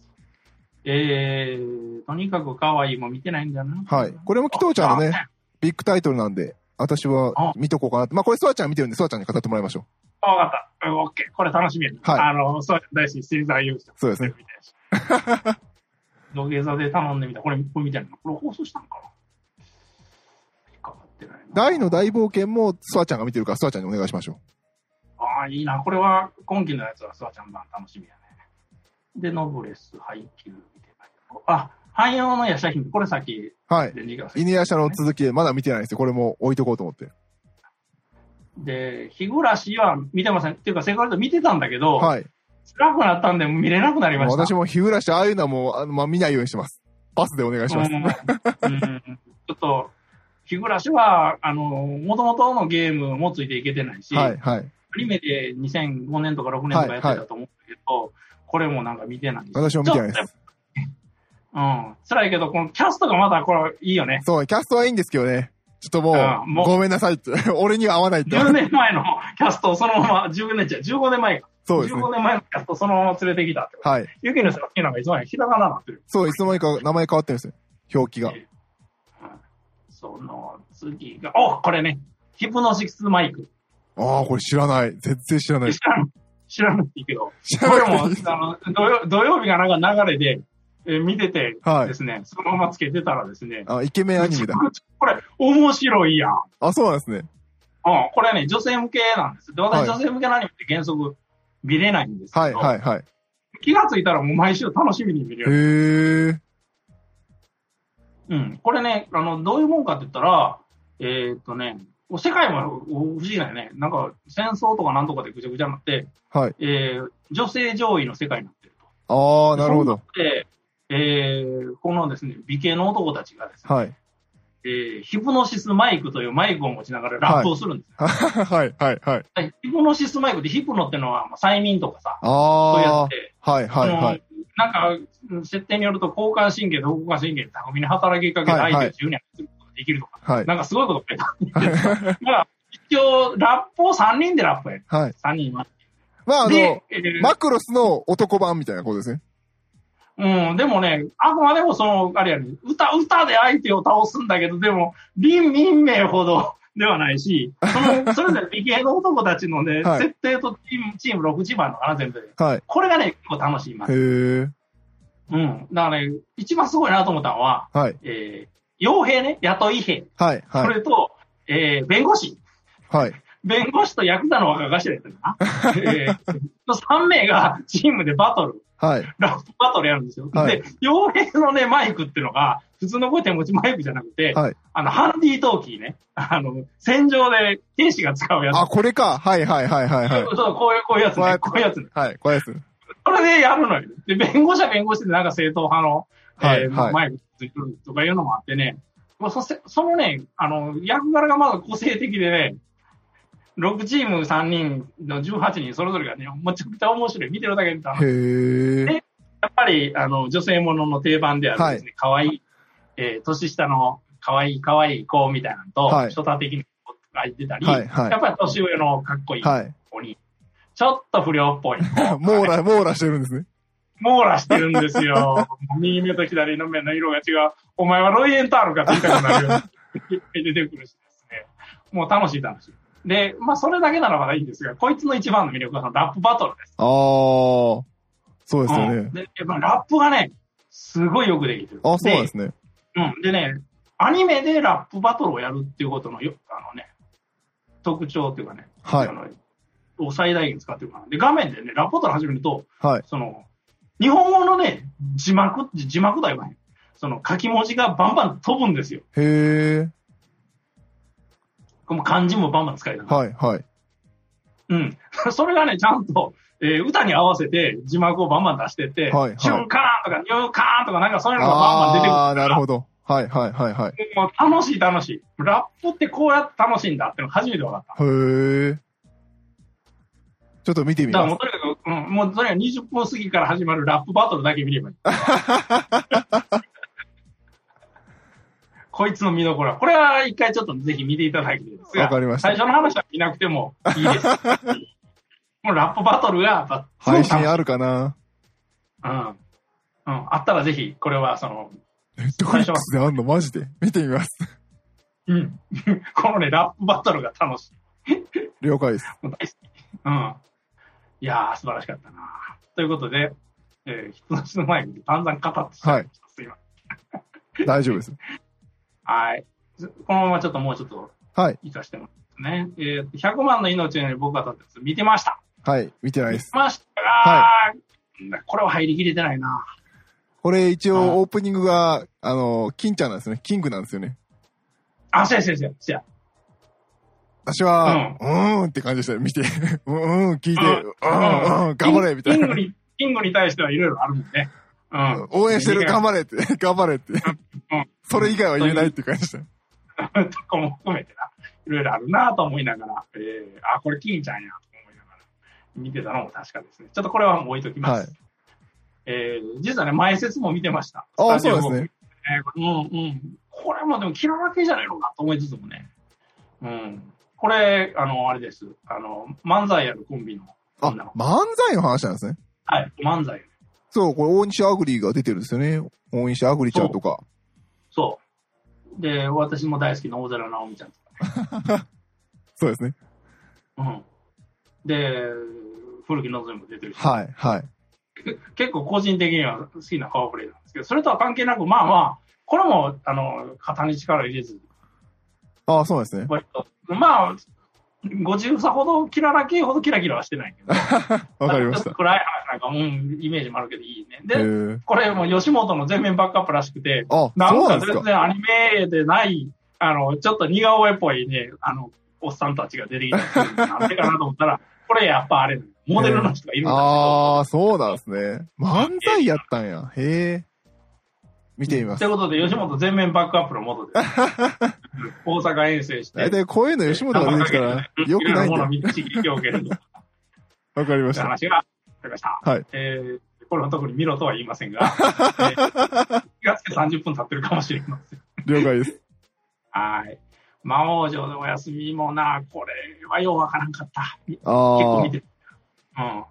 えー、とにかく可愛いも見てないんだな。
はい。これも紀藤ちゃんのね、ビッグタイトルなんで、私は見とこうかなって。まあこれ、ソワちゃん見てるんで、ソワちゃんに語ってもらいましょ
あ。わかった。うんオッケー。これ楽しみやね。
はい
あの、そう大好き、星座優秀。
そうですね。。
土下座で頼んでみた。これ、これみたいな。これ放送したんかな引っかかってないうな。
大の大冒険もソワちゃんが見てるから、ソワちゃんにお願いしましょ
ああ、いいな。これは、今期のやつは、スワちゃん版楽しみやね。で、ノブレス、配給見てない。あ、汎用のヤシャ姫。これさっき、
う。はい。
電力が
犬や社の続きでまだ見てないんですよ。これも置いとこうと思って。
で、日暮らしは見てません。っていうか、セカンド見てたんだけど、
はい。
辛くなったんで、見れなくなりました。
私も日暮らし、ああいうのはもう、あのまあ見ないようにしてます。パスでお願いします。
うんうんちょっと、日暮らしは、あの、もともとのゲームもついていけてないし、
はい、はい。
アニメで2005年とか6年とかやってたと思うんだけど、これもなんか見てないし
私も見てない
ち
で
ょっ
す。
とうん。辛いけど、このキャストがまだこれいいよね。
そう、キャストはいいんですけどね。ちょっとも
うん
う、
もう
ごめんなさいって。 俺には合わないって。
10年前のキャストをそのまま、10年じゃ、15年前か。
そうですね。
15年前のキャストをそのまま連れてきたってこと。
はい。
ゆきのさんの好きなのが一番ひらがなになってる。
そう、いつの間にか名前変わってるんですよ。表記が。
その次が、おこれね、ヒプノシスマイク。
ああ、これ知らない。全然知らない
知。らん、知らなくていいけど、
知
これ
らない
も。あの土曜土曜日がなんか流れで、えー見てて
はい
ですね、そのままつけてたらですね、
あ、イケメンアニメだ。
これ面白いやん。うん、
あ、そうなんですね。
これね、女性向けなんです。で、私、
はい
女性向けのアニメって原則見れないんですけど、
はい、はい、はい。
気がついたらもう毎週楽しみに見れ
へ
る。
ー。
うん、これね、あの、どういうもんかって言ったら、えーっとね、世界も不思議だよね。なんか戦争とかなんとかでぐちゃぐちゃになって、
はい。
えー女性上位の世界になってると。
ああ、なるほど。
で、えーこのですね、美形の男たちがですね、
はい。
えーヒプノシスマイクというマイクを持ちながらラップをするんですよ、
はい、はい、はい。
でヒプノシスマイクってヒプノってのはまあ催眠とかさ、そうや
あ
って、
あ、はい、はい、はい。
そのなんか、設定によると交感神経と副交感神経で巧みに働きかけて
はいは
相手
い
を自由に操ることができるとか、
はい。
なんかすごいこと書いてあって だから、一応、ラップを3人でラップやる。
はい。
3人います。
まあ、あの
で、、えー
マクロスの男版みたいなことですね。
うん、でもね、あくまでもその、あれやね、歌、歌で相手を倒すんだけど、でも、林民名ほど ではないし、その、それぞれ美形の男たちのね、
はい
設定とチーム、チーム6時番のかな、全部で。
はい。
これがね、結構楽しい、今
へ。え。
うん。だからね、一番すごいなと思ったのは、
はい。
えー、傭兵ね、雇い兵。
はい。
そ
はい。
れと、えー、弁護士。
はい。
弁護士とヤクザの若頭やったか な。えー、の3名がチームでバトル。
はい。
ラップバトルやるんですよ。
はい
で、傭兵のね、マイクっていうのが、普通のこういう手持ちマイクじゃなくて、
はい
あの、ハンディートーキーね。あの、戦場で兵士が使うやつ。
あ、これか。はいはいはいはいはい。
そうこういう、こういうやつ
こうやっ
ね。
て
こういうやつね。
はい。これです。
これでやるのよ。で、弁護士は弁護士でなんか正統派の、
はい
えー
はい
マイクついてるとかいうのもあってね。まあそして、そのね、あの、役柄がまだ個性的でね、6チーム3人の18人それぞれがね、めちゃくちゃ面白い。見てるだけで楽しい
へえ。
やっぱりあの女性ものの定番であるですね、可、愛、いえー年下の可愛い可愛い子みたいなのと、
はい
初多的な子が入ってたり、
はいはい
やっぱり年上のかっこいい
はい。
子に、ちょっと不良っぽい子
網羅、網羅してるんですね。
網羅してるんで すよ。右目と左の目の色が違う。お前はロイエンタールかって言いたくなるようにいっぱい出てくるしですね。もう楽しい楽しい。で、まあそれだけならまだいいんですが、こいつの一番の魅力はそのラップバトルです。
あー。そうですよ
うん
ね。
でやっぱラップがね、すごいよくできてる。
あ、そうなんですね。
うん。でね、アニメでラップバトルをやるっていうことのよ、あのね、特徴っていうかね、
はい
あ。の、を最大限使ってるかな。で、画面でね、ラップバトル始めると、
はい。
その、日本語のね、字幕、字幕だよ、ね、その書き文字がバンバン飛ぶんですよ。
へえ。
この漢字もバンバン使いながら。
はい。はい。
うん。 それがね、ちゃんと、えー歌に合わせて字幕をバンバン出してっ
は
て、
いはい
シュンカーンとかニューカーンとかなんかそういうのがバンバン出てくるから。
あー、なるほど。はいはいはいはい。
もう楽しい楽しい。ラップってこうやって楽しいんだってのが初めて分かった。
へえ。ちょっと見てみ
だから
ま
も
す
う。とにかく、うん、もうとにかく20分過ぎから始まるラップバトルだけ見ればい い。こいつの見どころは、これは一回ちょっとぜひ見ていただきたいですが、
わかりました
最初の話は見なくてもい いです。もうラップバトルがやっぱ、すご
配
く楽し
信
い
あるかな
うん。うん。あったらぜひ、これはその、
ネットフリックスであんのマジで見てみます。
うん。 このね、ラップバトルが楽しい。
了解です。
もう大好き。うん。いやー、素晴らしかったなということで、えー、人の死の前に散々語ってしまいました。すいません。
大丈夫です。
はい。このままちょっともうちょっと、
はい。
行かしてもらってね。えー、100万の命のように僕が立って見てました。
はい。見てないで
見て
す。
ましたが、
は
これは入りきれてないな
これ一
はい
応オープニングが、あの、金ちゃんなんですよね。キングなんですよね。
あ、そうやそうやそうやそうや。
私は、うーんって感じでしたよ。見て。 うーん、聞いて。うーん、うーん頑張れみたい
キン
な
グ。に、キングに対してはいろいろあるもんね。うん。
応援してる、頑
張
張れって。頑張れって。それ以外は言えないって感じでした。
る。とかも含めてな、いろいろあるなと思いながら、えー、あ、これ金ちゃんやと思いながら見てたのも確かですね。ちょっとこれはもう置いときます。
はい
えー、実はね、前説も見てました。
ああ、
スタジ
そ
オ
うですね。
えーうんうん。これもでも嫌わけじゃないのかと思いつつもね。うん。これ、あの、あれです。あの、漫才やるコンビの
あ、
女の子。
漫才の話なんですね。
はい、漫才。
そう、これ大西アグリが出てるんですよね。大西アグリちゃんとか。
そう。で、私も大好きな大空直美ちゃんと
そうですね。
か。うん。で、古木望も出てるし、
はい、はい。
結構個人的には好きな顔ぶれなんですけど、それとは関係なく、まあまあ、これも、あの、肩に力を入れず、
ああ、そうなんですね。
割と、まあ、50さほどキララ系ほどキラキラはしてないけど、
わかりま
ちょ
し
ったと。暗い話なんか、うん、イメージもあるけどいいね。
へ
で、
ー
これも吉本の全面バックアップらしくて、
あ、
な
そ
ん
うな
か
んです
全
か。
然アニメでない、あの、ちょっと似顔絵っぽいね、あの、おっさんたちが出てきたりするんだなあれかなと思っ たら、これやっぱあれ、モデルの人がいるんだけど、
ああ、そうなんですね。漫才やったんや。へえ。見てみます
とい。うことで、吉本全面バックアップのもとで、 大阪遠征して、
大体こういうの吉本が出てきたら、良くないん
も
だ
の
よ
を。刺激を受けると
わかりまし
い
た。
う話がありました。
はい
えーこれは特に見ろとは言いませんが、えー、気がつけ30分経ってるかもしれません。
了解です。
はい。魔王城のお休みもな、これはようわからんかった。結
あ
構
あ
見てる。うん。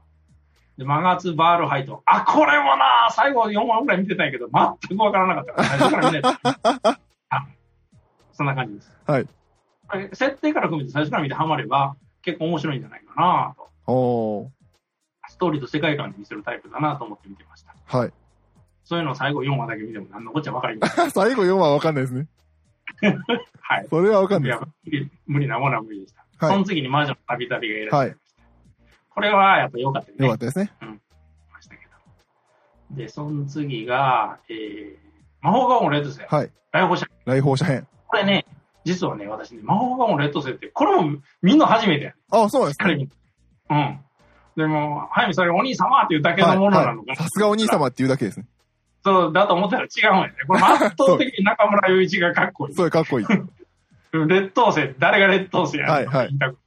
で、マガツバールハイと、あ、これもな、最後4話ぐらい見てたんやけど、全くわからなかったから、最初から見ない。 あそんな感じです。
はい。
これ設定から組めて最初から見てハマれば、結構面白いんじゃないかなと。
おー
ストーリーと世界観に見せるタイプだなと思って見てました。
はい。
そういうのを最後4話だけ見ても何のこっちゃわかりません。
最後4話わかんないですね。
はい。
それ はわかん
い
ないで
や
す。
無理無理なものは無理でした。
はい
その次に魔女の旅旅がいらっしゃいました。これはやっぱ良かったよね。
よかったですね。
ましたけど。で、その次が、えー、魔法ガオンレッドセル、
はい。
来訪者。
来訪者編。
これね、実はね、私ね、魔法ガオンレッドセルって、これもみんな初めてやね
あ、そうなんです
ある
ね。
意味うん。でも、はい、それお兄様っていうだけのものなのかな。
さすがお兄様っていうだけですね。
そう、だと思ったら違うんやね。これも圧倒的に中村雄一がかっこいい。
それかっこいい。
劣等生、誰が劣等生やねん
はいはい
言いたく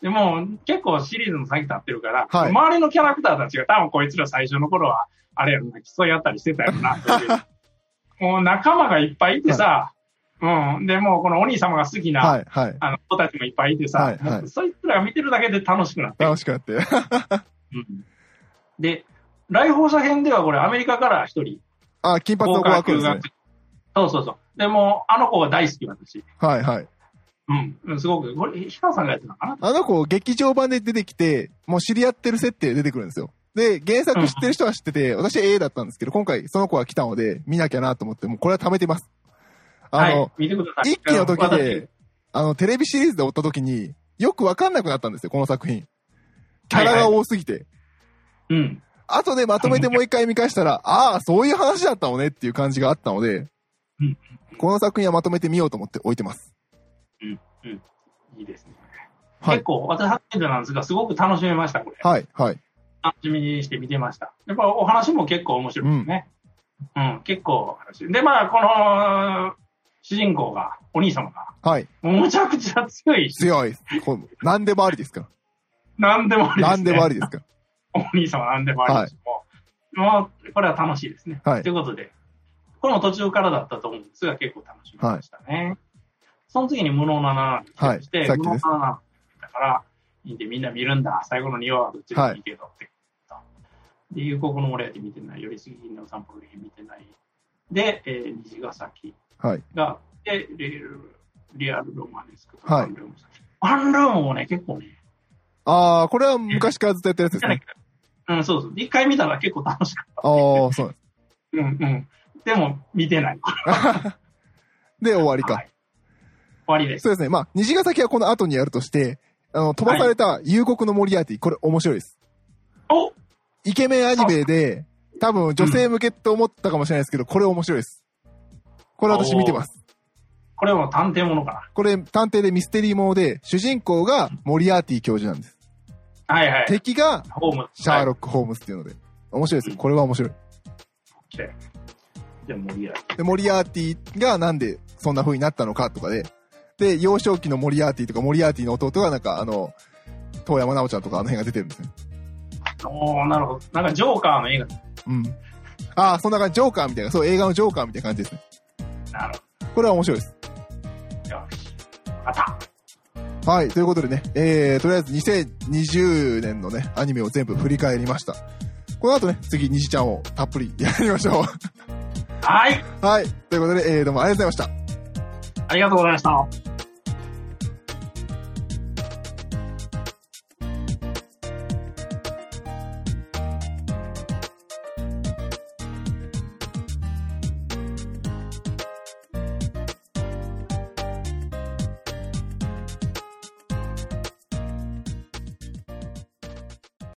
でも結構シリーズの先立ってるから、
はい
周りのキャラクターたちが多分こいつら最初の頃は、あれやろな、競い合ったりしてたやろなって いう、もう仲間がいっぱいいてさ、うん。で、もうこのお兄様が好きな、
はい、はい。
あの子たちもいっぱいいてさ、
はいはい
もうそいつらが見てるだけで楽しくなって、
楽しくなって。
うんで、来訪者編ではこれアメリカから一人、
あ、金髪の子が来るんですね。
そうそうそう。でも、あの子が大好き私。
はい、はい。
うんうん。すごく、これ、氷川さんがやってたのかな
あの子、劇場版で出てきて、もう知り合ってる設定で出てくるんですよ。で、原作知ってる人は知ってて、私 A だったんですけど、今回その子が来たので、見なきゃなと思って、もうこれは貯めてます。あ
はい
の、、
見てください。
一期の時
私
で、あの、テレビシリーズで追った時に、よくわかんなくなったんですよ、この作品。キャラが多すぎて。
うん。
後でまとめてもう一回見返 したら、ああ、そういう話だったのねっていう感じがあったので
うん、
この作品はまとめてみようと思って置いてます。
いいですね。
はい
結構、私初めてなんですが、すごく楽しめました、これ。
はい、はい。
楽しみにして見てました。やっぱお話も結構面白いですね。うん、結構お話。で、まあ、この、主人公が、お兄様が、
はい。
もうむちゃくちゃ強いし、
強いです。こう何でもありです から。
何でもありです、ね。
何でもありですから。
お兄様なんでもありですけども、もうこれは楽しいですね。
はい
ということで、これも途中からだったと思うんですが、結構楽しみましたね。その次に無能な7に来て、
はいさっき
無
です
能な7だから、いいんでみんな見るんだ、最後の2話はどっちでもいいけどって。で、夕刻のモレアティ見てない、よりすぎの散歩の日見てない。で、えー虹ヶ崎
はい。
が、で、リルリアルロマネスク、
はい
ワンルーム。ワンルームもね、結構ね、
ああ、これは昔からずっとやってるやつ ですね。
うん、そうそう。一回見たら結構楽しかった。
ああ、そうなんで
うんうん。でも、見てない。終
す。 で、終わりか
はい。終わりです。
そうですね。まあ、虹ヶ崎はこの後にやるとして、あの、飛ばされた夕刻のモリアーティ、これ面白いです。
お
イケメンアニメで、多分女性向けって思ったかもしれないですけど、これ面白いです。これ私見てます。
これも探偵ものか
これ、探偵でミステリーもので、主人公がモリアーティ教授なんです。
な。はいはい。
敵が
ホーム。
シャー
ロ
ロック・ホームズっていうので。面白いですよ。これは面白い。
ック。でも、いや。
で、モリアーティがなんでそんな風になったのかとかで、で、幼少期のモリアーティとか、モリアーティの弟がなんか、あの、遠山奈緒ちゃんとかあの辺が出てるんですね。
おー、なるほど。なんか、ジョーカーの映画。
うん。ああ、そんな感じ、ジョーカーみたいな、そう、映画のジョーカーみたいな感じですね。
なるほ
これは面白いです。
ど。よし。あった。
はい、ということでね、えー、とりあえず2020年のね、アニメを全部振り返りました。この後ね、次、虹ちゃんをたっぷりやりましょう。
はい。
はい。ということで、えー、どうもありがとうございました。
ありがとうございました。